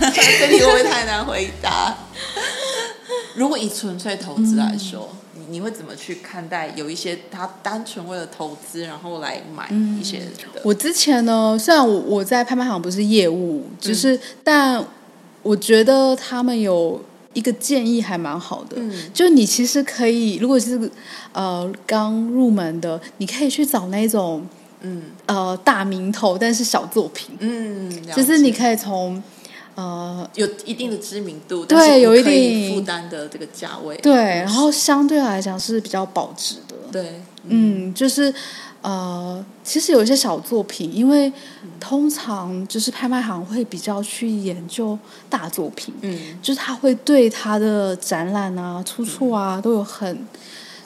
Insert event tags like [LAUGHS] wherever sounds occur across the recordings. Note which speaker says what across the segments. Speaker 1: 下这题会不会太难回答？ [LAUGHS] 如果以纯粹投资来说，你你会怎么去看待有一些他单纯为了投资然后来买一些的？
Speaker 2: 嗯我之前呢，虽然我我在拍卖行不是业务，就是、
Speaker 1: 嗯
Speaker 2: 但我觉得他们有一个建议还蛮好的，
Speaker 1: 嗯
Speaker 2: 就你其实可以，如果是呃刚入门的，你可以去找那种
Speaker 1: 嗯
Speaker 2: 呃大名头但是小作品，
Speaker 1: 嗯，了
Speaker 2: 就是
Speaker 1: 解
Speaker 2: 你可以从呃
Speaker 1: 有一定的知名度，
Speaker 2: 对
Speaker 1: 但是不
Speaker 2: 有一
Speaker 1: 可以
Speaker 2: 定
Speaker 1: 负担的这个价位，
Speaker 2: 对，然后相对来讲是比较保值的，
Speaker 1: 对，
Speaker 2: 嗯，就是呃，其实有一些小作品，因为通常就是拍卖行会比较去研究大作品，
Speaker 1: 嗯
Speaker 2: 就是他会对他的展览啊、出处啊都有很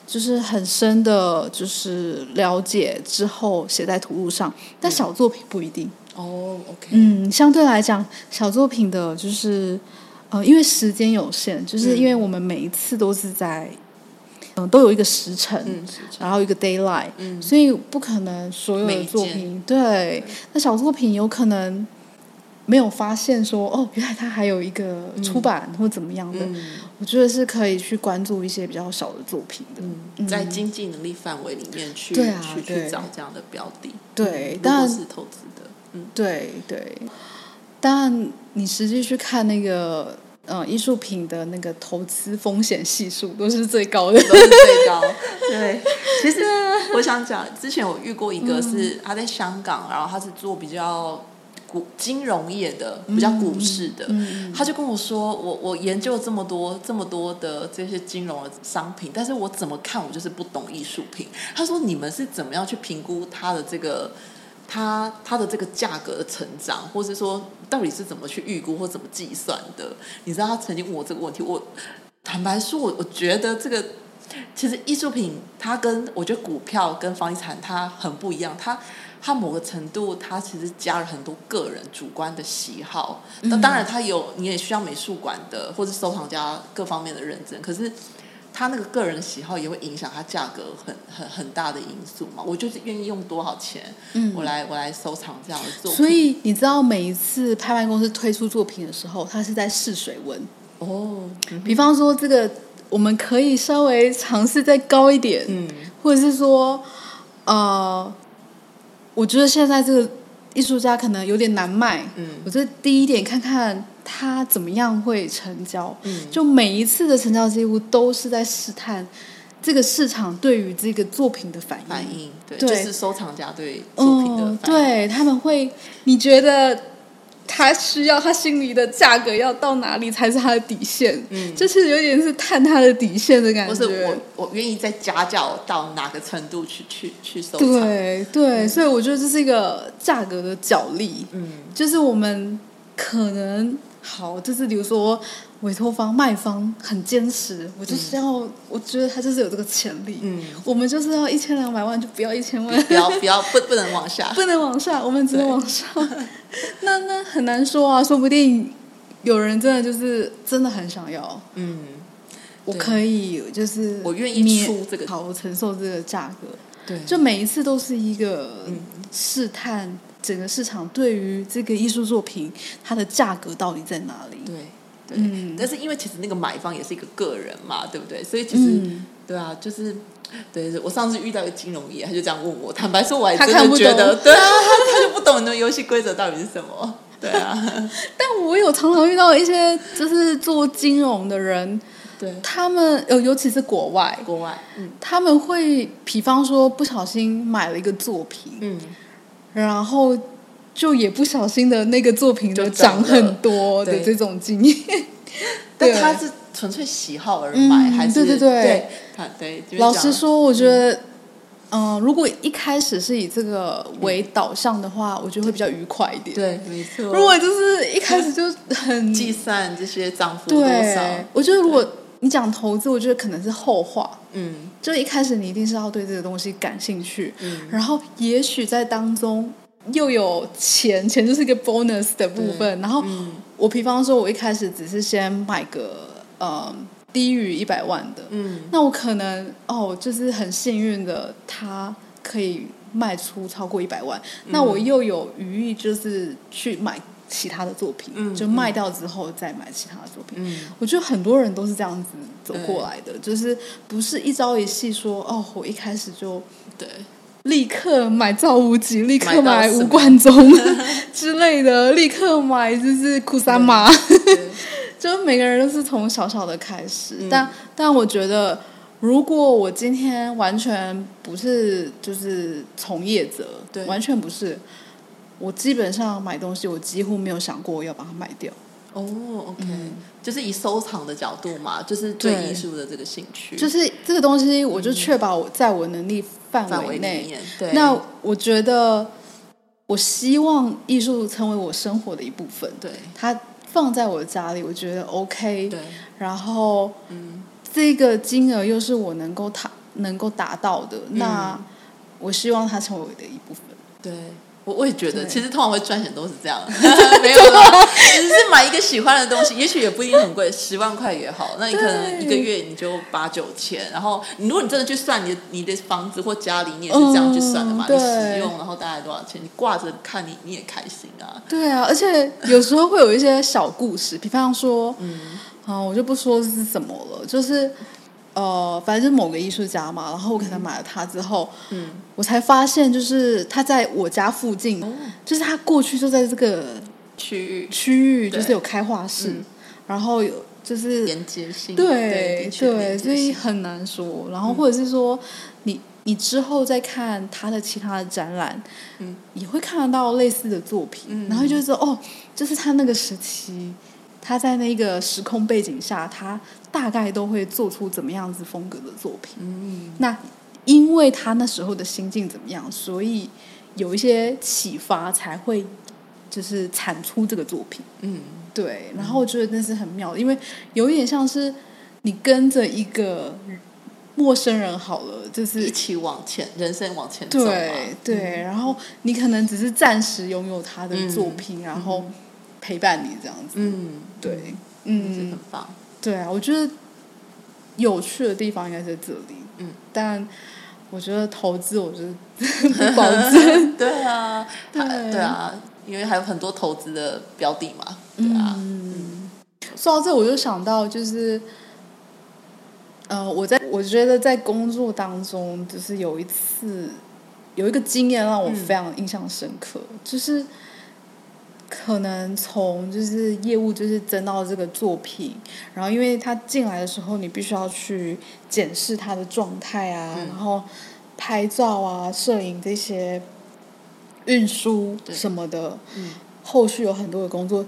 Speaker 2: 就是很深的，就是了解之后写在图录上。但小作品不一定，
Speaker 1: 哦，OK，
Speaker 2: 嗯，相对来讲，小作品的就是呃，因为时间有限，就是因为我们每一次都是在嗯、呃都有一个时辰。
Speaker 1: 嗯，是这样
Speaker 2: 然后一个 d a y l i g h t
Speaker 1: 嗯
Speaker 2: 所以不可能所有
Speaker 1: 每
Speaker 2: 的
Speaker 1: 一
Speaker 2: 作
Speaker 1: 件
Speaker 2: 品，对，那小作品有可能没有发现说，哦，原来它还有一个出版或怎么样的，
Speaker 1: 嗯
Speaker 2: 我觉得是可以去关注一些比较小的作品的。
Speaker 1: 嗯，在经济能力范围里面去
Speaker 2: 对啊
Speaker 1: 去去
Speaker 2: 对
Speaker 1: 找这样的标的，
Speaker 2: 对
Speaker 1: 如
Speaker 2: 但
Speaker 1: 果是投资的，嗯
Speaker 2: 对对，但你实际去看那个。呃，艺术品的那个投资风险系数都是最高的。
Speaker 1: 都是最高。 [LAUGHS] 对，其 [LAUGHS] 实我想讲，之前我遇过一个是他在香港，然后他是做比较股金融业的，比较股市的，他就跟我说，我我研究了这么多这么多的这些金融的商品，但是我怎么看我就是不懂艺术品。他说你们是怎么样去评估它的这个？它它的这个价格的成长，或是说到底是怎么去预估或怎么计算的？你知道他曾经问我这个问题，我坦白说，我我觉得这个其实艺术品它跟我觉得股票跟房地产它很不一样，它它某个程度它其实加了很多个人主观的喜好。
Speaker 2: 嗯
Speaker 1: 那、当然它有你也需要美术馆的或者收藏家各方面的认证，可是。他那个个人的喜好也会影响它价格很很很大的因素嘛，我就是愿意用多少钱，嗯、我来我来收藏这样的作品。
Speaker 2: 所以你知道，每一次拍卖公司推出作品的时候，它是在试水温。
Speaker 1: 哦，嗯
Speaker 2: 比方说，这个我们可以稍微尝试再高一点，
Speaker 1: 嗯
Speaker 2: 或者是说，呃，我觉得现在这个艺术家可能有点难卖，
Speaker 1: 嗯
Speaker 2: 我就低一点看看他怎么样会成交。
Speaker 1: 嗯
Speaker 2: 就每一次的成交几乎都是在试探这个市场对于这个作品的反应。
Speaker 1: 反应对，
Speaker 2: 对
Speaker 1: 就是收藏家对作品的
Speaker 2: 嗯、
Speaker 1: 反应。
Speaker 2: 对他们会，你觉得他需要他心里的价格要到哪里才是他的底线？
Speaker 1: 嗯
Speaker 2: 就是有点是探他的底线的感
Speaker 1: 或
Speaker 2: 觉。
Speaker 1: 是我我愿意再加价到哪个程度去去去收藏？
Speaker 2: 对对、所以我觉得这是一个价格的角力，
Speaker 1: 嗯
Speaker 2: 就是我们可能好，就是比如说委托方卖方很坚持，我就是要，我觉得他就是有这个潜力，
Speaker 1: 嗯，
Speaker 2: 我们就是要一千两百万，就不要一千万。
Speaker 1: 不要不要不不能往
Speaker 2: [LAUGHS]
Speaker 1: 下。
Speaker 2: 不能往下，我们只能往上。 [LAUGHS] 那那很难说啊，说不定有人真的就是真的很想要，
Speaker 1: 嗯，
Speaker 2: 我可以就是
Speaker 1: 我愿意
Speaker 2: 免
Speaker 1: 出这个嗯
Speaker 2: 好，我承受这个价格。
Speaker 1: 对
Speaker 2: 就每一次都是一个
Speaker 1: 嗯
Speaker 2: 试探整个市场对于这个艺术作品它的价格到底在哪里。
Speaker 1: 对对、
Speaker 2: 嗯
Speaker 1: 但是因为其实那个买方也是一个个人嘛，对不对？所以其实、
Speaker 2: 嗯
Speaker 1: 对啊，就是对我上次遇到一个金融业，他就这样问我，坦白说我还
Speaker 2: 他
Speaker 1: 真
Speaker 2: 看
Speaker 1: 的
Speaker 2: 不
Speaker 1: 觉得，
Speaker 2: 懂
Speaker 1: 对啊，他就不懂你的游戏规则到底是
Speaker 2: [LAUGHS]
Speaker 1: 什么。对啊，
Speaker 2: 但我有常常遇到一些就是做金融的人，
Speaker 1: 对，
Speaker 2: 他们呃尤其是国外，
Speaker 1: 国外，嗯
Speaker 2: 他们会比方说不小心买了一个作品，
Speaker 1: 嗯，
Speaker 2: 然后就也不小心的那个作品就
Speaker 1: 就
Speaker 2: 涨
Speaker 1: 涨
Speaker 2: 很多
Speaker 1: 了
Speaker 2: 的
Speaker 1: 对
Speaker 2: 这种经验。
Speaker 1: 但
Speaker 2: 对
Speaker 1: 他是纯粹喜好而买，
Speaker 2: 嗯
Speaker 1: 还是
Speaker 2: 对对对
Speaker 1: 对，他对，就是
Speaker 2: 老
Speaker 1: 讲
Speaker 2: 实说，我觉得，嗯、如果一开始是以这个为导向的话，我觉得会比较愉快一点。，
Speaker 1: 嗯对，没错。
Speaker 2: 如果就是一开始就很
Speaker 1: 计算这些涨幅多
Speaker 2: 对
Speaker 1: 少，，
Speaker 2: 我觉得如果你讲投资，我觉得可能是后话。
Speaker 1: 嗯
Speaker 2: 就一开始你一定是要对这个东西感兴趣，
Speaker 1: 嗯
Speaker 2: 然后也许在当中又有钱，钱就是一个 bonus 的部分。然后
Speaker 1: 嗯
Speaker 2: 我比方说，我一开始只是先买个呃低于一百万的，
Speaker 1: 嗯
Speaker 2: 那我可能哦，就是很幸运的，它
Speaker 1: 嗯
Speaker 2: 可以卖出超过一百万，那我又有余裕，就是去买其他的作品，
Speaker 1: 嗯
Speaker 2: 就卖掉之后再买其他的作品。
Speaker 1: 嗯
Speaker 2: 我觉得很多人都是这样子走过来的，就是不是一朝一夕说哦，我一开始就 [LAUGHS]
Speaker 1: 对，
Speaker 2: 立刻买赵无极，立刻买
Speaker 1: 买到什么
Speaker 2: 吴冠
Speaker 1: [LAUGHS]
Speaker 2: 中 [LAUGHS] 之类的，立刻买就是库三马，
Speaker 1: 对
Speaker 2: [LAUGHS] 就每个人都是从小小的开始。
Speaker 1: 嗯
Speaker 2: 但但我觉得，如果我今天完全不是就是从业者，
Speaker 1: 对
Speaker 2: 完全不是，我基本上买东西我几乎没有想过要把它卖掉。
Speaker 1: 哦，OK，、就是以收藏的角度嘛，就是对
Speaker 2: 嗯对
Speaker 1: 艺术的这个兴趣，
Speaker 2: 就是这个东西，我就确保我在我能力范
Speaker 1: 范围
Speaker 2: 围
Speaker 1: 里
Speaker 2: 内。
Speaker 1: 面，对，
Speaker 2: 那我觉得，我希望艺术成为我生活的一部分。
Speaker 1: 对
Speaker 2: 它放在我家里，我觉得 OK。
Speaker 1: 对，
Speaker 2: 然后
Speaker 1: 嗯
Speaker 2: 这个金额又是我能够达能够达到的，
Speaker 1: 嗯
Speaker 2: 那我希望它成为我的一部分。
Speaker 1: 对。我我也觉得，
Speaker 2: 对
Speaker 1: 其实通常会赚钱都是这
Speaker 2: [LAUGHS]
Speaker 1: 样，没有啦，只是买一个喜欢的东西，也许也不一定很贵，十万块也好，那你可能
Speaker 2: 对
Speaker 1: 一个月你就八九千，然后你如果你真的去算你的你的房子或家里，你也是这样去算的嘛，
Speaker 2: 嗯
Speaker 1: 你使
Speaker 2: 对
Speaker 1: 用然后大概多少钱，你挂着看你你也开心啊，
Speaker 2: 对啊，而且有时候会有一些小故事，比方说，
Speaker 1: 嗯
Speaker 2: 啊，我就不说是什么了，就是呃，反正就是某个艺术家嘛，然后我可能买了它之后，
Speaker 1: 嗯，
Speaker 2: 我才发现就是他在我家附近，
Speaker 1: 哦
Speaker 2: 就是他过去就在这个
Speaker 1: 区域
Speaker 2: 区域，
Speaker 1: 对
Speaker 2: 就是有开画室，
Speaker 1: 嗯
Speaker 2: 然后有就是
Speaker 1: 连接性，对
Speaker 2: 对
Speaker 1: 的确嗯连接
Speaker 2: 所以
Speaker 1: 性
Speaker 2: 很难说。然后或者是说，你你之后再看他的其他的展览，
Speaker 1: 嗯，
Speaker 2: 也会看得到类似的作品，
Speaker 1: 嗯
Speaker 2: 然后就是说，哦，就是他那个时期，他在那个时空背景下，他大概都会做出怎么样子风格的作品。
Speaker 1: 嗯
Speaker 2: 那因为他那时候的心境怎么样，所以有一些启发才会就是产出这个作品。
Speaker 1: 嗯
Speaker 2: 对，然后我觉得那是很妙的，因为有一点像是你跟着一个陌生人好了，就
Speaker 1: 一
Speaker 2: 是
Speaker 1: 起往前，人生往前走嘛，嗯
Speaker 2: 对对，然后你可能只是暂时拥有他的作品，然后陪伴你这样子。
Speaker 1: 嗯，
Speaker 2: 对，
Speaker 1: 是
Speaker 2: 嗯
Speaker 1: 很，棒，
Speaker 2: 对啊，我觉得有趣的地方应该在这里。
Speaker 1: 嗯，
Speaker 2: 但我觉得投资，我觉得 [LAUGHS] 不保证。
Speaker 1: [LAUGHS] 对啊，还
Speaker 2: 对
Speaker 1: 对啊，因为还有很多投资的标的嘛，对啊，
Speaker 2: 说到这，我就想到就是，呃，我在我觉得在工作当中，就是有一次有一个经验
Speaker 1: 嗯
Speaker 2: 让我非常印象深刻，就是可能从就是业务就是争到这个作品，然后因为他进来的时候，你必须要去检视他的状态啊，
Speaker 1: 嗯
Speaker 2: 然后拍照啊、摄影这些运输
Speaker 1: 对
Speaker 2: 什么的，
Speaker 1: 嗯
Speaker 2: 后续有很多的工作，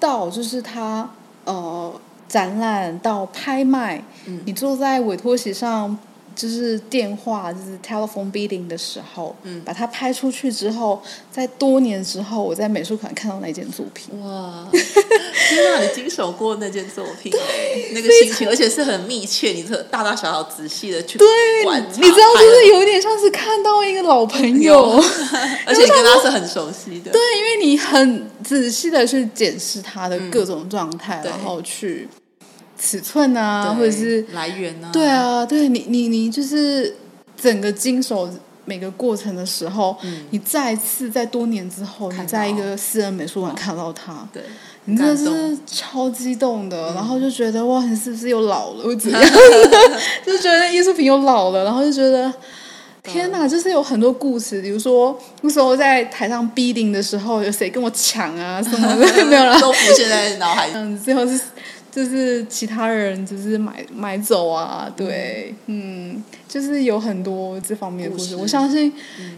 Speaker 2: 到就是他呃展览到拍卖，
Speaker 1: 嗯
Speaker 2: 你坐在委托席上。就是电话，就是 telephone bidding 的时候，
Speaker 1: 嗯
Speaker 2: 把它拍出去之后，在多年之后，我在美术馆看到那件作品，
Speaker 1: 哇，天啊，你经手过那件作品哎，那个心情，而且是很密切，你这大大小小仔细的去观察，
Speaker 2: 你知道，就
Speaker 1: 拍
Speaker 2: 是有一点像是看到一个老朋
Speaker 1: 有
Speaker 2: 友，
Speaker 1: 而且你跟他是很熟悉的，
Speaker 2: 对，因为你很仔细的去检视他的各种状态，
Speaker 1: 嗯对
Speaker 2: 然后去尺寸啊，
Speaker 1: 对
Speaker 2: 或者是
Speaker 1: 来源啊，
Speaker 2: 对，啊，对你你你就是整个经手每个过程的时候，
Speaker 1: 嗯
Speaker 2: 你再次在多年之后，
Speaker 1: 看到嗯
Speaker 2: 你在一个私人美术馆看到他，
Speaker 1: 对，
Speaker 2: 你真的
Speaker 1: 感动嗯
Speaker 2: 是超激动的，然后就觉得哇，你是不是又老了？
Speaker 1: [LAUGHS]
Speaker 2: 又怎样？ [LAUGHS] 就觉得艺术品又老了，然后就觉得
Speaker 1: 嗯
Speaker 2: 天哪，就是有很多故事，比如说那时候在台上 bidding 的时候，有谁跟我抢啊什么的， [LAUGHS] 没有啦。
Speaker 1: 都浮现在脑海里，
Speaker 2: 嗯，最后是就是其他人就是买买走啊，对，嗯，就是有很多这方面的故
Speaker 1: 故
Speaker 2: 事，
Speaker 1: 事嗯
Speaker 2: 我相信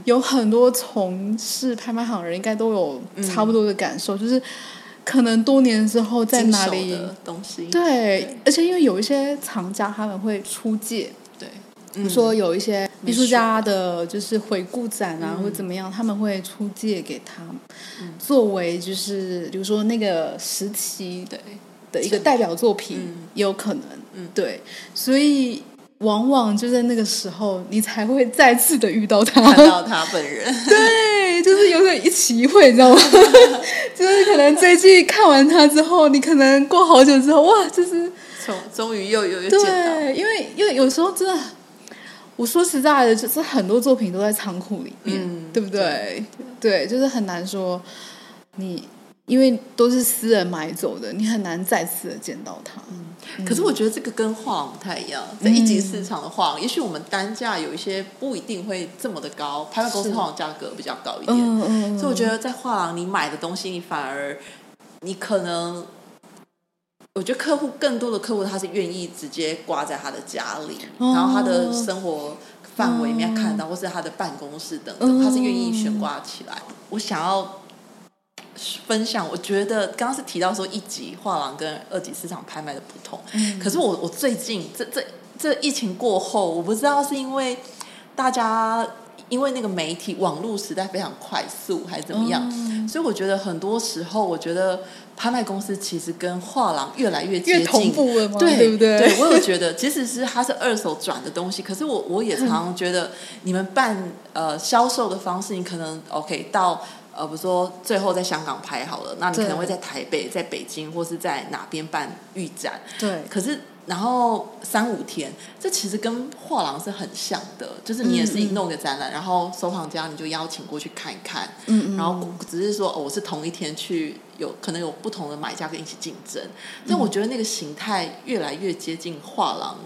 Speaker 2: 有很多从事拍卖行的人应该都
Speaker 1: 嗯
Speaker 2: 有差不多的感受，就是可能多年之后在
Speaker 1: 经
Speaker 2: 哪
Speaker 1: 手
Speaker 2: 里。
Speaker 1: 的东西，
Speaker 2: 对，而且因为有一些藏家他们会出借，
Speaker 1: 对，
Speaker 2: 比
Speaker 1: 嗯嗯
Speaker 2: 如说有一些
Speaker 1: 没
Speaker 2: 艺术
Speaker 1: 错
Speaker 2: 家的，就是回顾展啊，或怎么样，他们会出借给他，
Speaker 1: 嗯
Speaker 2: 作为就是比如说那个时期
Speaker 1: 对，
Speaker 2: 的一个代表作品
Speaker 1: 嗯，
Speaker 2: 也有可能，
Speaker 1: 嗯
Speaker 2: 对，所以往往就在那个时候，你才会再次的遇到
Speaker 1: 看
Speaker 2: 他，
Speaker 1: 到他本人，
Speaker 2: [LAUGHS] 对，就是有点一期一会，你知
Speaker 1: [LAUGHS]
Speaker 2: 道吗？就是可能这一季看完他之后，你可能过好久之后，哇，就是
Speaker 1: 终终于又又又见到，
Speaker 2: 对，因为因为有时候真的，我说实在的，就是很多作品都在仓库里面，
Speaker 1: 嗯
Speaker 2: 对不对？对，就是很难说你因为都是私人买走的，你很难再次的见到它。
Speaker 1: 可
Speaker 2: 嗯
Speaker 1: 是我觉得这个跟画廊不太一样，在一级市场的画廊，也许我们单价有一些不一定会这么的高，拍卖公司
Speaker 2: 是
Speaker 1: 画廊价格比较高一点，
Speaker 2: 嗯嗯，
Speaker 1: 所以我觉
Speaker 2: 得
Speaker 1: 得在画廊你买的东西，你反而你可能。我觉得客户更多的客户他是愿意直接挂在他的家里，
Speaker 2: 哦
Speaker 1: 然后他的生活范围里面看到，或是他的办公室等等，
Speaker 2: 嗯
Speaker 1: 他是愿意悬挂起来。我想要分享，我觉得刚刚是提到说一级画廊跟二级市场拍卖的不同，
Speaker 2: 嗯
Speaker 1: 可是我我最近这这这疫情过后，我不知道是因为大家因为那个媒体网络时代非常快速，还是怎么样，
Speaker 2: 嗯
Speaker 1: 所以我觉得很多时候，我觉得拍卖公司其实跟画廊越来越接
Speaker 2: 越
Speaker 1: 近，
Speaker 2: 同步了吗？
Speaker 1: 对
Speaker 2: 对不对？
Speaker 1: 对，我有觉得，即使是它是二手转的东西，可是我我也
Speaker 2: 嗯
Speaker 1: 常常觉得，你们办呃销售的方式，你可能 OK 到呃，比如说最后在香港拍好了，那你可
Speaker 2: 对
Speaker 1: 能会在台北、在北京或是在哪边办预展，
Speaker 2: 对
Speaker 1: 可是然后三五天，这其实跟画廊是很像的，就是你也是
Speaker 2: 嗯嗯
Speaker 1: 弄个展览，然后收藏家你就邀请过去看一看，
Speaker 2: 嗯嗯
Speaker 1: 然后只是说、哦、我是同一天去，有可能有不同的买家跟你一起竞争，
Speaker 2: 嗯
Speaker 1: 但我觉得那个形态越来越接近画廊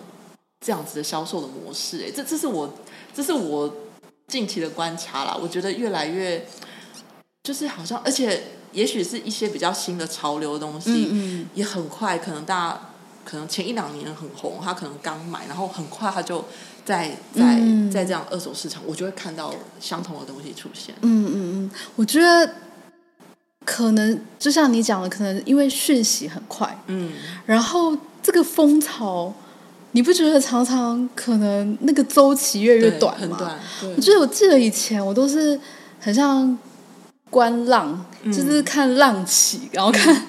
Speaker 1: 这样子的销售的模式，哎，这这是我这是我近期的观察啦，我觉得越来越就是好像，而且也许是一些比较新的潮流的东西，
Speaker 2: 嗯嗯
Speaker 1: 也很快，可能大家可能前一两年很红，他可能刚买，然后很快他就在在、
Speaker 2: 嗯
Speaker 1: 在这样二手市场，我就会看到相同的东西出现。
Speaker 2: 嗯嗯嗯，我觉得可能就像你讲的，可能因为讯息很快，
Speaker 1: 嗯，
Speaker 2: 然后这个风潮，你不觉得常常可能那个周期越来越
Speaker 1: 对
Speaker 2: 短吗？
Speaker 1: 很短，
Speaker 2: [LAUGHS]
Speaker 1: 对
Speaker 2: 我，觉得我记得以前我都是很像观浪，
Speaker 1: 嗯
Speaker 2: 就是看浪起，然后
Speaker 1: [LAUGHS]
Speaker 2: 看、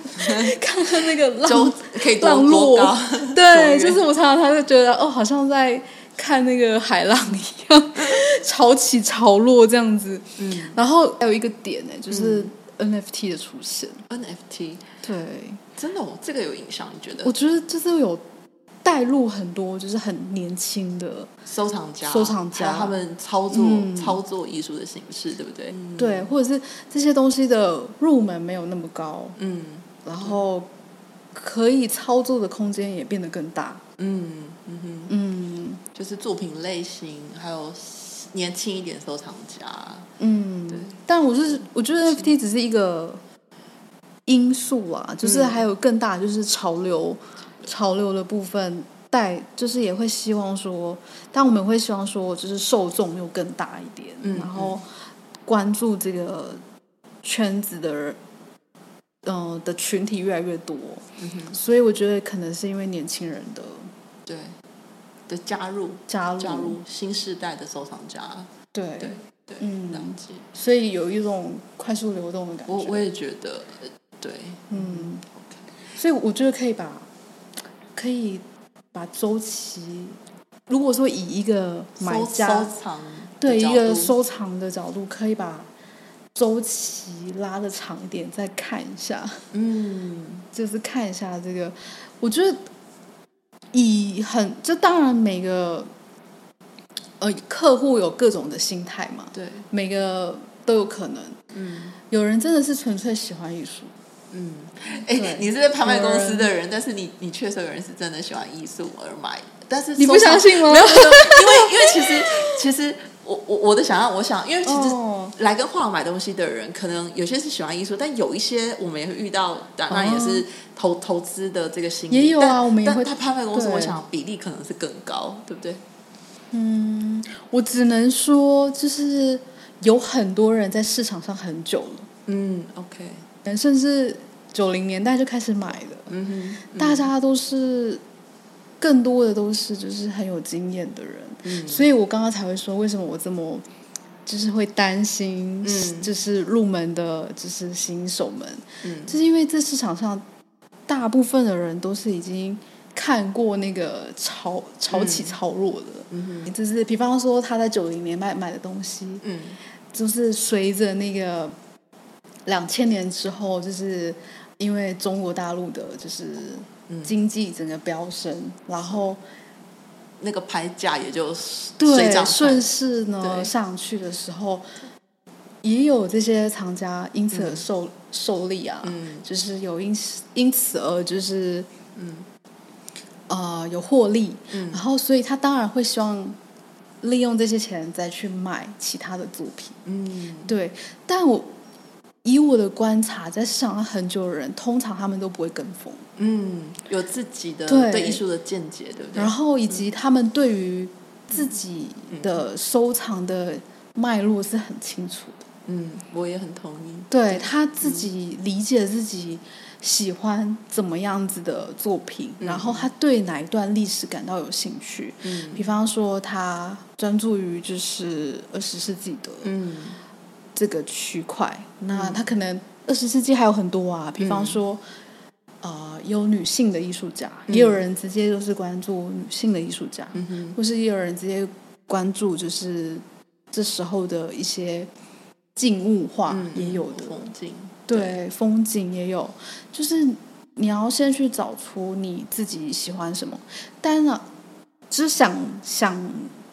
Speaker 2: 看看那个
Speaker 1: 周
Speaker 2: 浪，
Speaker 1: 可以多
Speaker 2: 浪
Speaker 1: 多
Speaker 2: 落 [LAUGHS]
Speaker 1: 高？
Speaker 2: 对，
Speaker 1: 多远
Speaker 2: 就是我常常就觉得哦，好像在看那个海浪一样，潮起潮落这样子。
Speaker 1: [LAUGHS] 嗯
Speaker 2: 然后还有一个点呢，就是 NFT 的出现，
Speaker 1: ，NFT
Speaker 2: 嗯对
Speaker 1: 真的、哦，这个有影响，你觉得
Speaker 2: 我？觉得就是有带入很多就是很年轻的，
Speaker 1: 收藏家，
Speaker 2: 收藏家
Speaker 1: 还有他们操作、
Speaker 2: 嗯
Speaker 1: 操作艺术的形式，对不对？
Speaker 2: 对，或者是这些东西的入门没有那么高，
Speaker 1: 嗯
Speaker 2: 然后可以操作的空间也变得更大。
Speaker 1: 嗯嗯哼，
Speaker 2: 嗯
Speaker 1: 就是作品类型，还有年轻一点收藏家，对
Speaker 2: 嗯，但我是我觉得 NFT 只是一个因素啊，就是
Speaker 1: 嗯
Speaker 2: 还有更大的就是潮流潮流的部分带，就是也会希望说，但我们会希望说，就是受众又更大一点，
Speaker 1: 嗯
Speaker 2: 然后关注这个圈子的人。嗯、的群体越来越多，
Speaker 1: 嗯哼，
Speaker 2: 所以我觉得可能是因为年轻人的
Speaker 1: 对的加入，
Speaker 2: 加入，
Speaker 1: 加入新时代的收藏家，
Speaker 2: 对，
Speaker 1: 对对，
Speaker 2: 嗯
Speaker 1: 了解。
Speaker 2: 所以有一种快速流动的感觉。
Speaker 1: 我我也觉得，呃对，
Speaker 2: 嗯，所以我觉得可以把可以把周期，如果说以一个买
Speaker 1: 收
Speaker 2: 家
Speaker 1: 收藏
Speaker 2: 对
Speaker 1: 的
Speaker 2: 一
Speaker 1: 角
Speaker 2: 个
Speaker 1: 度
Speaker 2: 收藏的角度，可以把周期拉的长一点，再看一下，
Speaker 1: 嗯
Speaker 2: 就是看一下这个。我觉得以很这当然每个呃客户有各种的心态嘛，
Speaker 1: 对
Speaker 2: 每个都有可能。
Speaker 1: 嗯
Speaker 2: 有人真的是纯粹喜欢艺术，
Speaker 1: 嗯，
Speaker 2: 对嗯
Speaker 1: 哎，你是拍卖公司
Speaker 2: 有人
Speaker 1: 的人，但是你你确实有人是真的喜欢艺术而买的，但是
Speaker 2: 你不
Speaker 1: 收藏
Speaker 2: 相信吗
Speaker 1: 没有，没有因为因为其实其实我我我的想象，我想因为其实
Speaker 2: 哦
Speaker 1: 来跟画廊买东西的人，可能有些是喜欢艺术，但有一些我们也会遇到，当当然也是投、投资的这个心理。
Speaker 2: 哦也有啊
Speaker 1: 但
Speaker 2: 我们也
Speaker 1: 但
Speaker 2: 会
Speaker 1: 他拍卖公司，
Speaker 2: 对
Speaker 1: 我想比例可能是更高，对不对？
Speaker 2: 嗯，我只能说，就是有很多人在市场上很久了，
Speaker 1: 嗯，OK，
Speaker 2: 人甚至九零年代就开始买的，
Speaker 1: 嗯哼，
Speaker 2: 大家都是更多的都是就是很有经验的人，
Speaker 1: 嗯
Speaker 2: 所以我刚刚才会说，为什么我这么就是会担心，
Speaker 1: 嗯
Speaker 2: 就是入门的，就是新手们，
Speaker 1: 嗯
Speaker 2: 就是因为这市场上大部分的人都是已经看过那个潮潮起潮落的。
Speaker 1: 嗯
Speaker 2: 就是比方说他在九零年代买的东西，
Speaker 1: 嗯
Speaker 2: 就是随着那个两千年之后，就是因为中国大陆的就是
Speaker 1: 嗯
Speaker 2: 经济整个飙升，然后
Speaker 1: 那个拍价也就水
Speaker 2: 对
Speaker 1: 涨船
Speaker 2: 顺势呢
Speaker 1: 对
Speaker 2: 上去的时候，也有这些藏家因此而受、受力啊，
Speaker 1: 嗯
Speaker 2: 就是有因此因此而就是
Speaker 1: 嗯
Speaker 2: 呃有获利，
Speaker 1: 嗯
Speaker 2: 然后所以他当然会希望利用这些钱再去买其他的作品。
Speaker 1: 嗯
Speaker 2: 对，但我以我的观察，在市场上很久的人，通常他们都不会跟风，
Speaker 1: 嗯，有自己的
Speaker 2: 对
Speaker 1: 对艺术的见解，对不嗯对
Speaker 2: 然？后以及他们对于自己的收藏的脉络是很清楚的，
Speaker 1: 嗯，我也很同意。
Speaker 2: 对他自
Speaker 1: 嗯
Speaker 2: 己理解自己。喜欢怎么样子的作品，然后他对哪一段历史感到有兴趣？
Speaker 1: 嗯
Speaker 2: 比方说，他专注于就是二十世纪的
Speaker 1: 嗯
Speaker 2: 这个区块。那他可能二十世纪还有很多
Speaker 1: 嗯
Speaker 2: 啊，比方说，呃，有女性的艺术家，也有人直接就是关注女性的艺术家，
Speaker 1: 嗯哼
Speaker 2: 或是也有人直接关注就是这时候的一些静物画，
Speaker 1: 嗯，
Speaker 2: 也有的，
Speaker 1: 风景。
Speaker 2: 对，风景也有，就是你要先去找出你自己喜欢什么。当然了，只想想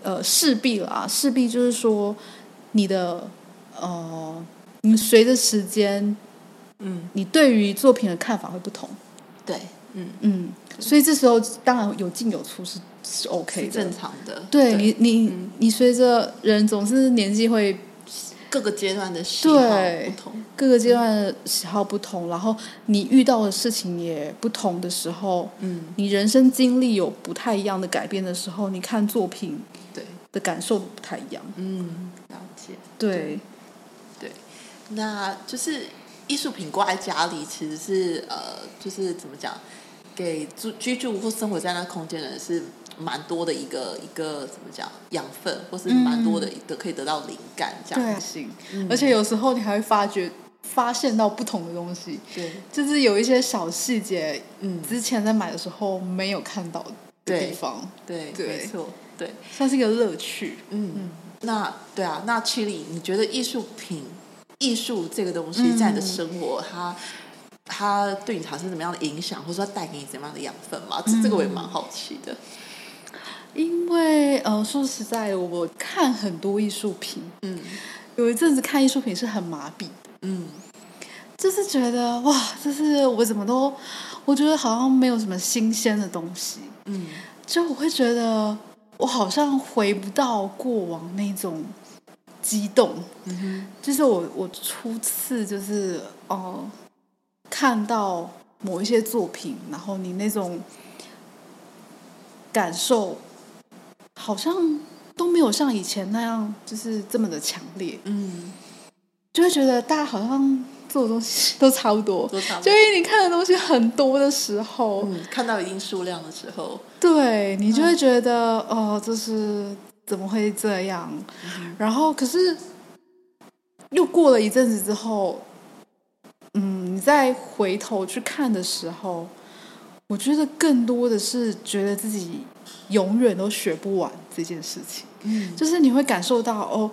Speaker 2: 呃，势必啦，势必就是说你的呃，你随着时间，
Speaker 1: 嗯，
Speaker 2: 你对于作品的看法会不同，
Speaker 1: 对，嗯，
Speaker 2: 嗯，所以这时候当然有进有出是是 OK
Speaker 1: 是
Speaker 2: 的
Speaker 1: 正。嗯常的。
Speaker 2: 对你，你、你随着人总是年纪会
Speaker 1: 各个阶段的喜好
Speaker 2: 对
Speaker 1: 不同。
Speaker 2: 各个阶段的喜好不同，然后你遇到的事情也不同的时候，
Speaker 1: 嗯，
Speaker 2: 你人生经历有不太一样的改变的时候，你看作品
Speaker 1: 对，
Speaker 2: 的感受不太一样。
Speaker 1: 嗯，了解。
Speaker 2: 对，
Speaker 1: 对，那就是艺术品挂在家里，其实是呃，就是怎么讲，给住居住或生活在那空间的人是蛮多的一个一个怎么讲养分，或是蛮多的一个可以得到灵感这样。
Speaker 2: 行。而且有时候你还会发觉发现到不同的东西，
Speaker 1: 对，
Speaker 2: 就是有一些小细节，
Speaker 1: 嗯，
Speaker 2: 之前在买的时候没有看到的
Speaker 1: 对
Speaker 2: 地方，
Speaker 1: 对，
Speaker 2: 对
Speaker 1: 没错，对，
Speaker 2: 算是一个乐趣。
Speaker 1: 嗯，那对啊，那 Chili，你觉得艺术品、艺术这个东西在你的生活，它它对你产生怎么样的影响，或者说它带给你怎么样的养分吗？这、这个我也蛮好奇的。
Speaker 2: 因为呃，说实在的，我看很多艺术品，
Speaker 1: 嗯
Speaker 2: 有一阵子看艺术品是很麻痹的。
Speaker 1: 嗯
Speaker 2: 就是觉得哇，就是我怎么都，我觉得好像没有什么新鲜的东西，
Speaker 1: 嗯
Speaker 2: 就我会觉得我好像回不到过往那种激动，
Speaker 1: 嗯哼
Speaker 2: 就是我我初次就是哦、呃看到某一些作品，然后你那种感受好像都没有像以前那样就是这么的强烈，
Speaker 1: 嗯，
Speaker 2: 就会觉得大家好像做的东西 [LAUGHS] 都差不多，
Speaker 1: 多差不
Speaker 2: 就
Speaker 1: 多。
Speaker 2: 因为你看的东西很多的时候，
Speaker 1: 嗯，看到一定数量的时候，
Speaker 2: 对你就会觉得、哦，就是怎么会这样？然后可是又过了一阵子之后，嗯，你再回头去看的时候，我觉得更多的是觉得自己永远都学不完这件事情。
Speaker 1: 嗯
Speaker 2: 就是你会感受到哦，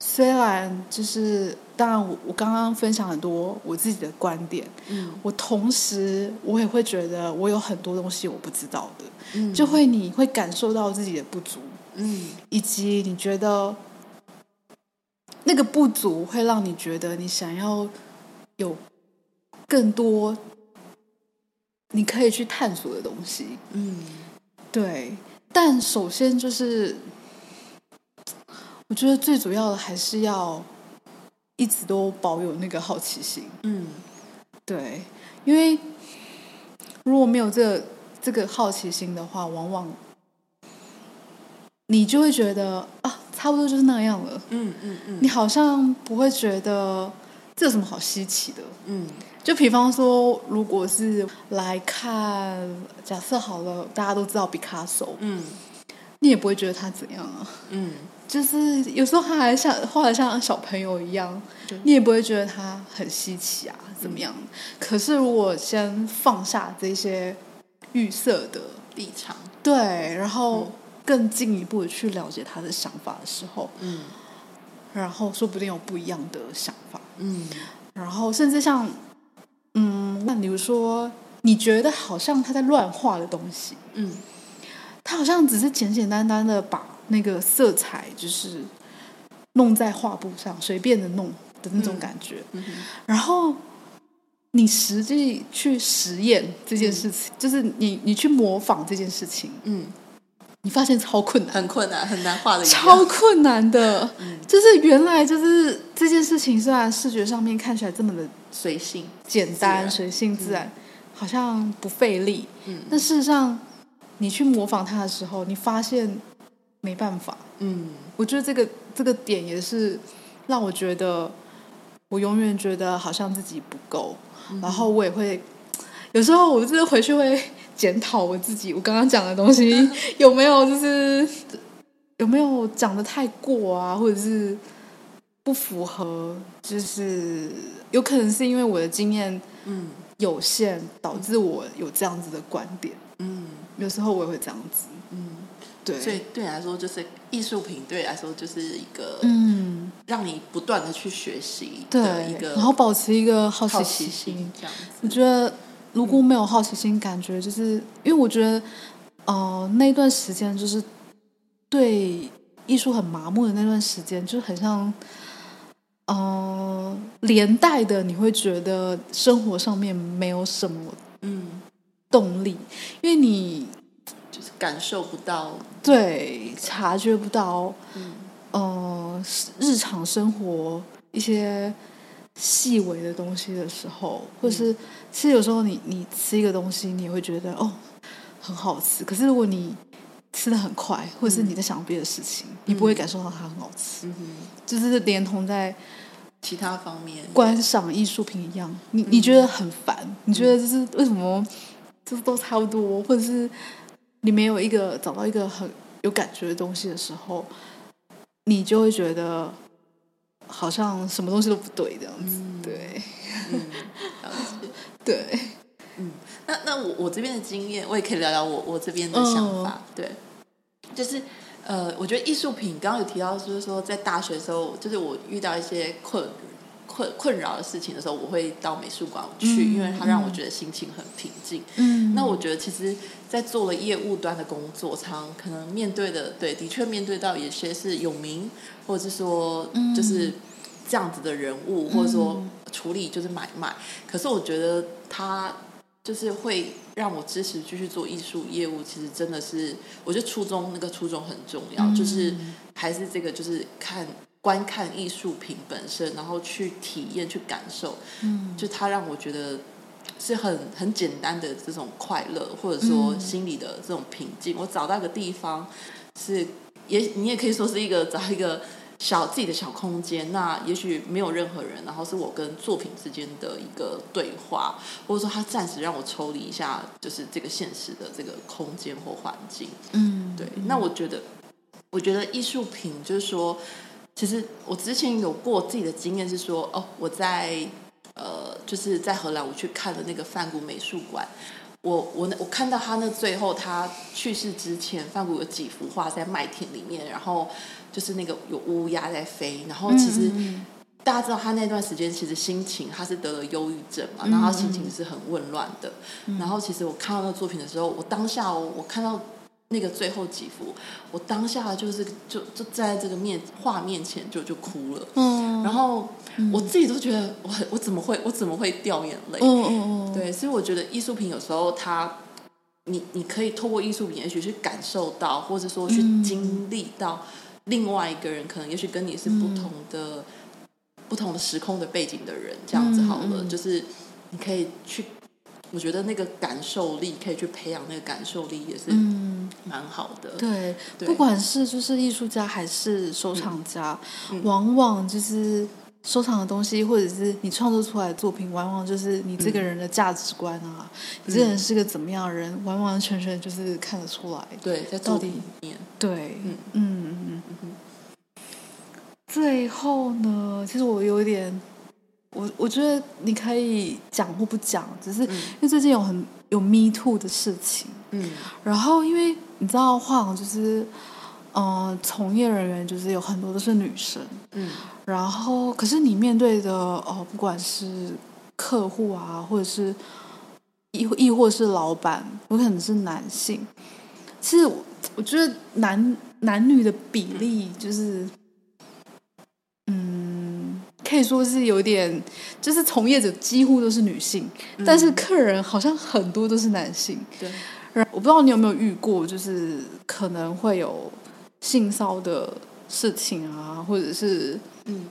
Speaker 2: 虽然就是当然我我刚刚分享很多我自己的观点，
Speaker 1: 嗯
Speaker 2: 我同时我也会觉得我有很多东西我不知道的，
Speaker 1: 嗯
Speaker 2: 就会你会感受到自己的不足，
Speaker 1: 嗯
Speaker 2: 以及你觉得那个不足会让你觉得你想要有更多你可以去探索的东西，
Speaker 1: 嗯
Speaker 2: 对，但首先就是，我觉得最主要的还是要一直都保有那个好奇心。
Speaker 1: 嗯
Speaker 2: 对，因为如果没有这个这个好奇心的话，往往你就会觉得啊，差不多就是那样了。
Speaker 1: 嗯嗯嗯
Speaker 2: 你好像不会觉得这有什么好稀奇的。
Speaker 1: 嗯
Speaker 2: 就比方说，如果是来看，假设好了，大家都知道毕卡索，
Speaker 1: 嗯
Speaker 2: 你也不会觉得他怎样啊。
Speaker 1: 嗯
Speaker 2: 就是有时候他还像画的像小朋友一样
Speaker 1: 对，
Speaker 2: 你也不会觉得他很稀奇啊，怎么样？可是如果先放下这些预设的，
Speaker 1: 立场，
Speaker 2: 对，然后更进一步的去了解他的想法的时候，
Speaker 1: 嗯
Speaker 2: 然后说不定有不一样的想法，
Speaker 1: 嗯
Speaker 2: 然后甚至像，嗯，那比如说你觉得好像他在乱画的东西，
Speaker 1: 嗯
Speaker 2: 他好像只是简简单单的把那个色彩就是弄在画布上，随便的弄的那种感觉。然后你实际去实验这件事情，就是你你去模仿这件事情，
Speaker 1: 嗯，
Speaker 2: 你发现超困难。
Speaker 1: 很困难，很难画的一样
Speaker 2: 超困难的，就是原来就是这件事情，虽然视觉上面看起来这么的
Speaker 1: 随性，
Speaker 2: 简
Speaker 1: 自
Speaker 2: 单、
Speaker 1: 然
Speaker 2: 随性、自然，好像不费力。
Speaker 1: 嗯
Speaker 2: 但事实上，你去模仿它的时候，你发现没办法。
Speaker 1: 嗯
Speaker 2: 我觉得这个这个点也是让我觉得，我永远觉得好像自己不够。
Speaker 1: 嗯
Speaker 2: 然后我也会有时候，我真的回去会检讨我自己，我刚刚讲的东
Speaker 1: [LAUGHS]
Speaker 2: 西有没有就是有没有讲的太过啊，或者是不符合，就是有可能是因为我的经验
Speaker 1: 嗯
Speaker 2: 有限，导致我有这样子的观点。
Speaker 1: 嗯
Speaker 2: 有时候我也会这样子，
Speaker 1: 嗯，
Speaker 2: 对，
Speaker 1: 所以对你来说，就是艺术品对你来说就是一个
Speaker 2: 嗯。
Speaker 1: 让你不断的去学习的
Speaker 2: 对
Speaker 1: 一个
Speaker 2: 然后保持一个好
Speaker 1: 好
Speaker 2: 奇
Speaker 1: 奇心这样
Speaker 2: 我
Speaker 1: 子。
Speaker 2: 觉得如果没有好奇心，感觉就是因为我觉得，呃，那段时间就是对艺术很麻木的那段时间，就很像，呃，连带的你会觉得生活上面没有什么
Speaker 1: 嗯，
Speaker 2: 动力，因为你
Speaker 1: 就是感受不到，
Speaker 2: 对察觉不到，
Speaker 1: 嗯
Speaker 2: 呃，日常生活一些细微的东西的时候，或是、其实有时候你你吃一个东西，你也会觉得哦很好吃，可是如果你吃的很快，或者是你在想别的事情，你不会感受到它很好吃，
Speaker 1: 嗯哼，
Speaker 2: 就是连同在
Speaker 1: 其他方面
Speaker 2: 观赏艺术品一样，你你觉得很烦，
Speaker 1: 嗯
Speaker 2: 你觉得就是为什么就是都差不多，或者是你没有一个找到一个很有感觉的东西的时候，你就会觉得好像什么东西都不对这样子，
Speaker 1: 嗯
Speaker 2: 对
Speaker 1: 了解。
Speaker 2: [LAUGHS] 对，
Speaker 1: 嗯那那我我这边的经验，我也可以聊聊我我这边的
Speaker 2: 嗯
Speaker 1: 想法。对，就是呃，我觉得艺术品刚刚有提到，就是说在大学的时候，就是我遇到一些困困困扰的事情的时候，我会到美术馆去，
Speaker 2: 嗯
Speaker 1: 因为它让我觉得心情很平静。
Speaker 2: 嗯
Speaker 1: 那我觉得，其实，在做了业务端的工作，常可能面对的，对，的确面对到有些是有名，或者是说，
Speaker 2: 嗯
Speaker 1: 就是这样子的人物，或者说处理就是买卖。可是我觉得他就是会让我支持继续做艺术业务，其实真的是，我觉得初衷那个初衷很重要，
Speaker 2: 嗯
Speaker 1: 就是还是这个就是看。观看艺术品本身，然后去体验、去感受，
Speaker 2: 嗯
Speaker 1: 就它让我觉得是很很简单的这种快乐，或者说心里的这种平静。我找到一个地方是，也你也可以说是一个找一个小自己的小空间，那也许没有任何人，然后是我跟作品之间的一个对话，或者说它暂时让我抽离一下，就是这个现实的这个空间或环境。
Speaker 2: 嗯
Speaker 1: 对，那我觉得，我觉得艺术品就是说，其实我之前有过自己的经验是说，哦，我在呃，就是在荷兰我去看的那个梵谷美术馆，我我那我看到他那最后他去世之前，梵谷有几幅画在麦田里面，然后就是那个有乌鸦在飞，然后其实。大家知道他那段时间其实心情他是得了忧郁症嘛，然后他心情是很混乱的。然后其实我看到那个作品的时候，我当下哦我看到那个最后几幅，我当下就是就就站在这个面画面前就就哭了。
Speaker 2: 嗯
Speaker 1: 然后我自己都觉得我很我怎么会我怎么会掉眼泪？
Speaker 2: 嗯嗯嗯，
Speaker 1: 对，所以我觉得艺术品有时候它，你你可以透过艺术品，也许去感受到，或者说去
Speaker 2: 嗯
Speaker 1: 经历到另外一个人，可能也许跟你是
Speaker 2: 嗯
Speaker 1: 不同的、不同的时空的背景的人，这样子好了，
Speaker 2: 嗯嗯
Speaker 1: 就是你可以去，我觉得那个感受力可以去培养那个感受力，也是
Speaker 2: 嗯。
Speaker 1: 蛮好的。
Speaker 2: 对，
Speaker 1: 对嗯
Speaker 2: 不管是就是艺术家还是收藏家，往往就是收藏的东西，或者是你创作出来的作品，往往就是你
Speaker 1: 嗯
Speaker 2: 这个人的价值观啊，你这个人是个怎么样的人，完完全全就是看得出来。
Speaker 1: 对，嗯在
Speaker 2: 到
Speaker 1: 作
Speaker 2: 底
Speaker 1: 品里面，
Speaker 2: 对，
Speaker 1: 嗯
Speaker 2: 嗯嗯嗯嗯。最后呢，其实我有点，我我觉得你可以讲或不讲，只是因为最近有很有 Me Too 的事情，
Speaker 1: 嗯
Speaker 2: 然后因为你知道画廊就是，嗯、从业人员就是有很多都是女生，
Speaker 1: 嗯
Speaker 2: 然后可是你面对的哦，不管是客户啊，或者是亦亦或是老板，有可能是男性。其实我我觉得男男女的比例就是嗯以说是有点，就是从业者几乎都是女性，但是客人好像很多都是男性。
Speaker 1: 对，
Speaker 2: 然我不知道你有没有遇过，就是可能会有性骚的事情啊，或者是
Speaker 1: 嗯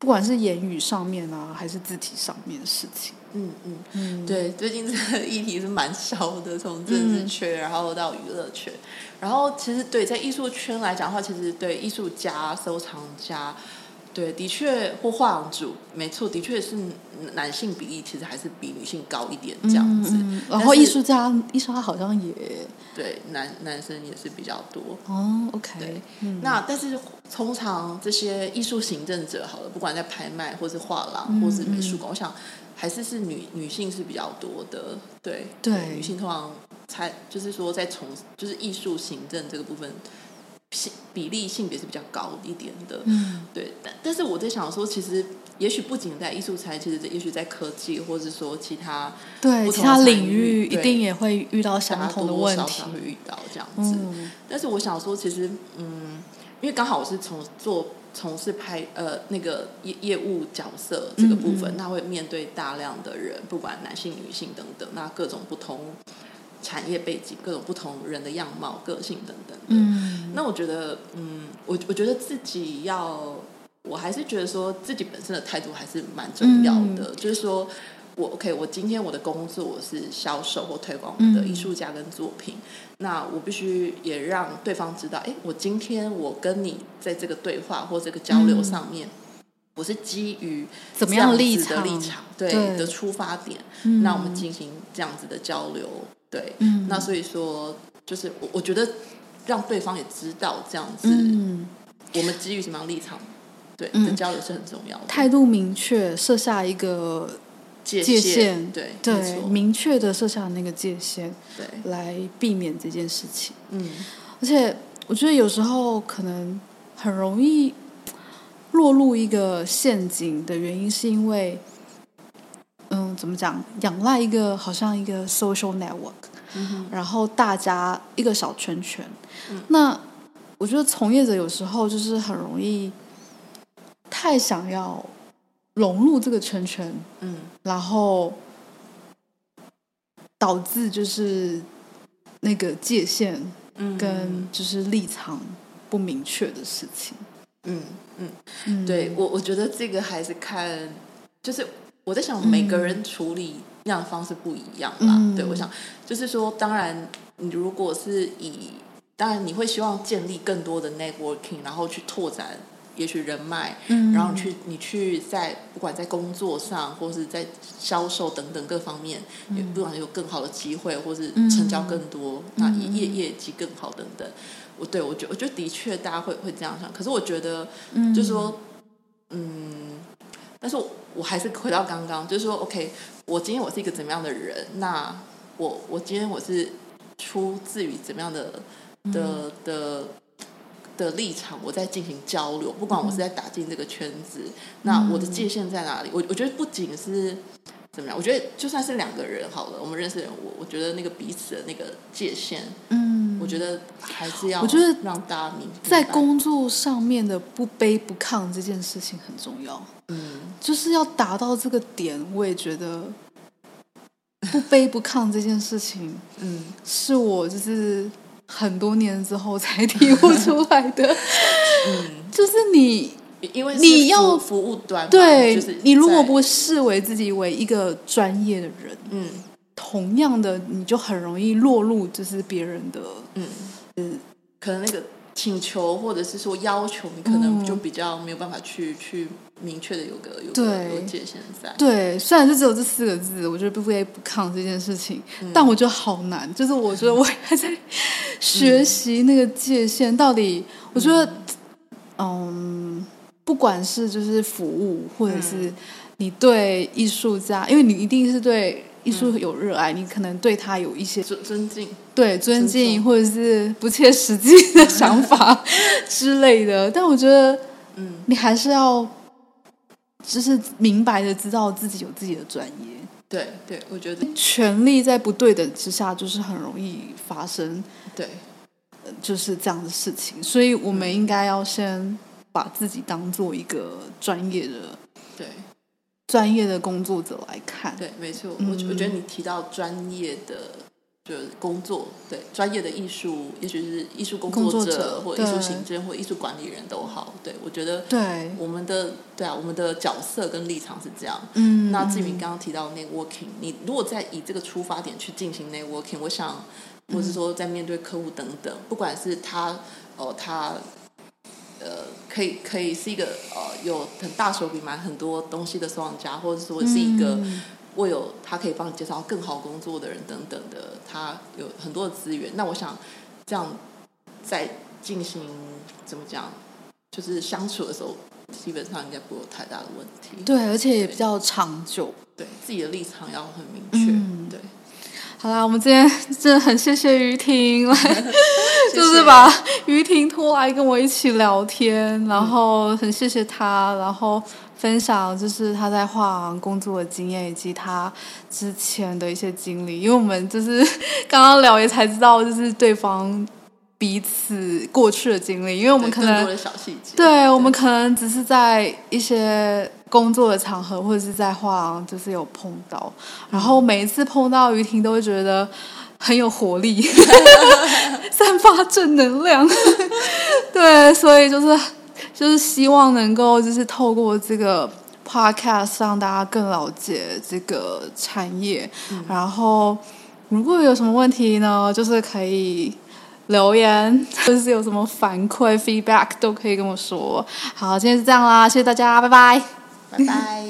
Speaker 2: 不管是言语上面啊，还是肢体上面的事情。
Speaker 1: 嗯嗯，
Speaker 2: 嗯，
Speaker 1: 对，最近这个议题是蛮烧的，从政治圈，然后到娱乐圈，然后其实对在艺术圈来讲的话，其实对艺术家、收藏家，对，的确或画廊主，没错，的确是男性比例其实还是比女性高一点这样子。
Speaker 2: 嗯嗯然
Speaker 1: 但
Speaker 2: 后艺
Speaker 1: 是
Speaker 2: 术家，艺术家好像也
Speaker 1: 对，男男生也是比较多。
Speaker 2: 哦
Speaker 1: 对
Speaker 2: ，OK，嗯，
Speaker 1: 那但是通常这些艺术行政者，好了，不管在拍卖或是画廊
Speaker 2: 嗯
Speaker 1: 或是美术馆，我想还是是女女性是比较多的。对
Speaker 2: 对
Speaker 1: 女性通常才就是说在从就是艺术行政这个部分。性比例性别是比较高一点的，
Speaker 2: 嗯
Speaker 1: 对，但但是我在想说，其实也许不仅在艺术产业，其实也许在科技，或是说其他
Speaker 2: 对，
Speaker 1: 不
Speaker 2: 其
Speaker 1: 同的
Speaker 2: 他
Speaker 1: 产
Speaker 2: 领
Speaker 1: 域
Speaker 2: 域一
Speaker 1: 对
Speaker 2: 定也会遇到
Speaker 1: 大
Speaker 2: 相
Speaker 1: 家多
Speaker 2: 同的
Speaker 1: 多
Speaker 2: 问
Speaker 1: 少
Speaker 2: 题
Speaker 1: 少。会遇到这样子。
Speaker 2: 嗯
Speaker 1: 但是我想说，其实嗯，因为刚好我是从做从事拍呃那个业业务角色这个部分，
Speaker 2: 嗯嗯
Speaker 1: 那会面对大量的人，不管男性、女性等等，那各种不同产业背景、各种不同人的样貌、个性等等的。
Speaker 2: 嗯
Speaker 1: 那我觉得，嗯，我我觉得自己要，我还是觉得说自己本身的态度还是蛮重要的。
Speaker 2: 嗯
Speaker 1: 就是说我 OK，我今天我的工作我是销售或推广我的
Speaker 2: 嗯
Speaker 1: 艺术家跟作品，那我必须也让对方知道，哎，我今天我跟你在这个对话或这个交流
Speaker 2: 嗯
Speaker 1: 上面，我是基于
Speaker 2: 怎么
Speaker 1: 这样
Speaker 2: 样立
Speaker 1: 子的
Speaker 2: 场
Speaker 1: 立场对
Speaker 2: 对
Speaker 1: 的出发点，
Speaker 2: 嗯
Speaker 1: 那我们进行这样子的交流，对，
Speaker 2: 嗯
Speaker 1: 那所以说，就是我我觉得让对方也知道这样子，
Speaker 2: 嗯，
Speaker 1: 我们基于什么样的立场，对、
Speaker 2: 嗯
Speaker 1: 的交流是很重要的。
Speaker 2: 态度明确，设下一个
Speaker 1: 界
Speaker 2: 界
Speaker 1: 限，
Speaker 2: 限
Speaker 1: 对没
Speaker 2: 对
Speaker 1: 错，
Speaker 2: 明确的设下那个界限，
Speaker 1: 对，
Speaker 2: 来避免这件事情。
Speaker 1: 嗯
Speaker 2: 而且我觉得有时候可能很容易落入一个陷阱的原因，是因为，嗯，怎么讲，仰赖一个好像一个 social network，、
Speaker 1: 嗯哼
Speaker 2: 然后大家一个小圈圈。
Speaker 1: 嗯
Speaker 2: 那我觉得从业者有时候就是很容易太想要融入这个圈圈，
Speaker 1: 嗯
Speaker 2: 然后导致就是那个界限
Speaker 1: 嗯，
Speaker 2: 跟就是立场不明确的事情。
Speaker 1: 嗯嗯，
Speaker 2: 嗯，
Speaker 1: 对我我觉得这个还是看，就是我在想每个人处理那样的方式不一样啦。
Speaker 2: 嗯
Speaker 1: 对我想就是说，当然你如果是以，当然你会希望建立更多的 networking，然后去拓展。也许人脉，
Speaker 2: 嗯
Speaker 1: 然后你去你去在不管在工作上，或是在销售等等各方面，也
Speaker 2: 嗯
Speaker 1: 不管有更好的机会，或是成交更多，那业
Speaker 2: 嗯
Speaker 1: 业绩更好等等。我对我觉我觉得的确大家会会这样想，可是我觉得
Speaker 2: 嗯
Speaker 1: 就是说，嗯，但是我我还是回到刚刚，就是说，OK，我今天我是一个怎么样的人？那我我今天我是出自于怎么样的的
Speaker 2: 嗯
Speaker 1: 的的立场，我在进行交流，不管我是在打进这个圈子，
Speaker 2: 嗯
Speaker 1: 那我的界限在哪里？我我觉得不仅是。怎么样？我觉得就算是两个人好了，我们认识的人，我我觉得那个彼此的那个界限，
Speaker 2: 嗯，
Speaker 1: 我觉得还是要，
Speaker 2: 我觉得
Speaker 1: 让大家明
Speaker 2: 在
Speaker 1: 明白，
Speaker 2: 工作上面的不卑不亢这件事情很重要，
Speaker 1: 嗯，
Speaker 2: 就是要达到这个点，我也觉得。不卑不亢这件事情，
Speaker 1: 嗯，
Speaker 2: 是我就是很多年之后才 [LAUGHS] 体悟出来的。
Speaker 1: 嗯
Speaker 2: 就是你
Speaker 1: 因为是
Speaker 2: 你
Speaker 1: 服
Speaker 2: 要
Speaker 1: 服务端嘛，
Speaker 2: 对、
Speaker 1: 嗯就是
Speaker 2: 你如果
Speaker 1: 在
Speaker 2: 不视为自己为一个专业的人，
Speaker 1: 嗯
Speaker 2: 同样的，你就很容易落入就是别人的，
Speaker 1: 嗯，可能那个请求或者是说要求，你可能
Speaker 2: 嗯
Speaker 1: 就比较没有办法去去明确的有个有个
Speaker 2: 对
Speaker 1: 有界限在，
Speaker 2: 对，虽然就只有这四个字，我觉得不卑不亢这件事情，但我觉得好难，就是我觉得我还在学习那个界限，到底我觉得，嗯，不管是就是服务，或者是你对艺术家，因为你一定是对艺术有热爱，你可能对他有一些
Speaker 1: 尊尊敬，
Speaker 2: 对尊
Speaker 1: 尊重
Speaker 2: 敬或者是不切实际的想法 [LAUGHS] 之类的。但我觉得
Speaker 1: 嗯，
Speaker 2: 你还是要，就是明白的知道自己有自己的专业，
Speaker 1: 对对，我觉得
Speaker 2: 权力在不对等之下，就是很容易发生
Speaker 1: 对，
Speaker 2: 呃就是这样的事情。所以我们应该要先把自己当做一个专业的
Speaker 1: 对
Speaker 2: 专业的工作者来看。
Speaker 1: 对，没错。我
Speaker 2: 嗯
Speaker 1: 觉我觉得你提到专业的。就是工作，对专业的艺术，也许是艺术工
Speaker 2: 工作
Speaker 1: 作
Speaker 2: 者
Speaker 1: 或
Speaker 2: 对
Speaker 1: 艺术行政或艺术管理人都好，对我觉得
Speaker 2: 对，
Speaker 1: 我们的对啊，我们的角色跟立场是这样。
Speaker 2: 嗯，
Speaker 1: 那至于你刚刚提到 networking，你如果再以这个出发点去进行 networking，我想，或是说在面对客户等等，不管是他哦他呃可以可以是一个呃有很大手笔买很多东西的收藏家，或者说是一个。
Speaker 2: 嗯
Speaker 1: 我有他可以帮你介绍更好工作的人等等的，他有很多的资源。那我想这样在进行怎么讲，就是相处的时候，基本上应该不会有太大的问题。
Speaker 2: 对，而且也比较长久。
Speaker 1: 对自己的立场要很明确。
Speaker 2: 嗯
Speaker 1: 对，
Speaker 2: 好啦，我们今天真的很谢谢于婷来，
Speaker 1: 谢
Speaker 2: 就是
Speaker 1: 谢
Speaker 2: 把于婷拖来跟我一起聊天，然后很谢谢她，然后分享就是她在画廊工作的经验以及她之前的一些经历，因为我们就是刚刚聊也才知道，就是对方彼此过去的经历，因为我
Speaker 1: 我
Speaker 2: 们可
Speaker 1: 更
Speaker 2: 能
Speaker 1: 多的小细节。
Speaker 2: 对我们可能只是在一些工作的场合，或者是在画廊，就是有碰到。然后每一次碰到于婷，都会觉得很有活 [LAUGHS] 力，散发正能量。 [LAUGHS] 对，所以就是就是希望能够就是透过这个 podcast 让大家更了解这个产业。然后如果有什么问题呢，就是可以留言， [LAUGHS] 就是有什么反馈 feedback 都可以跟我说。好，今天是这样啦，谢谢大家，拜拜。
Speaker 1: 拜拜。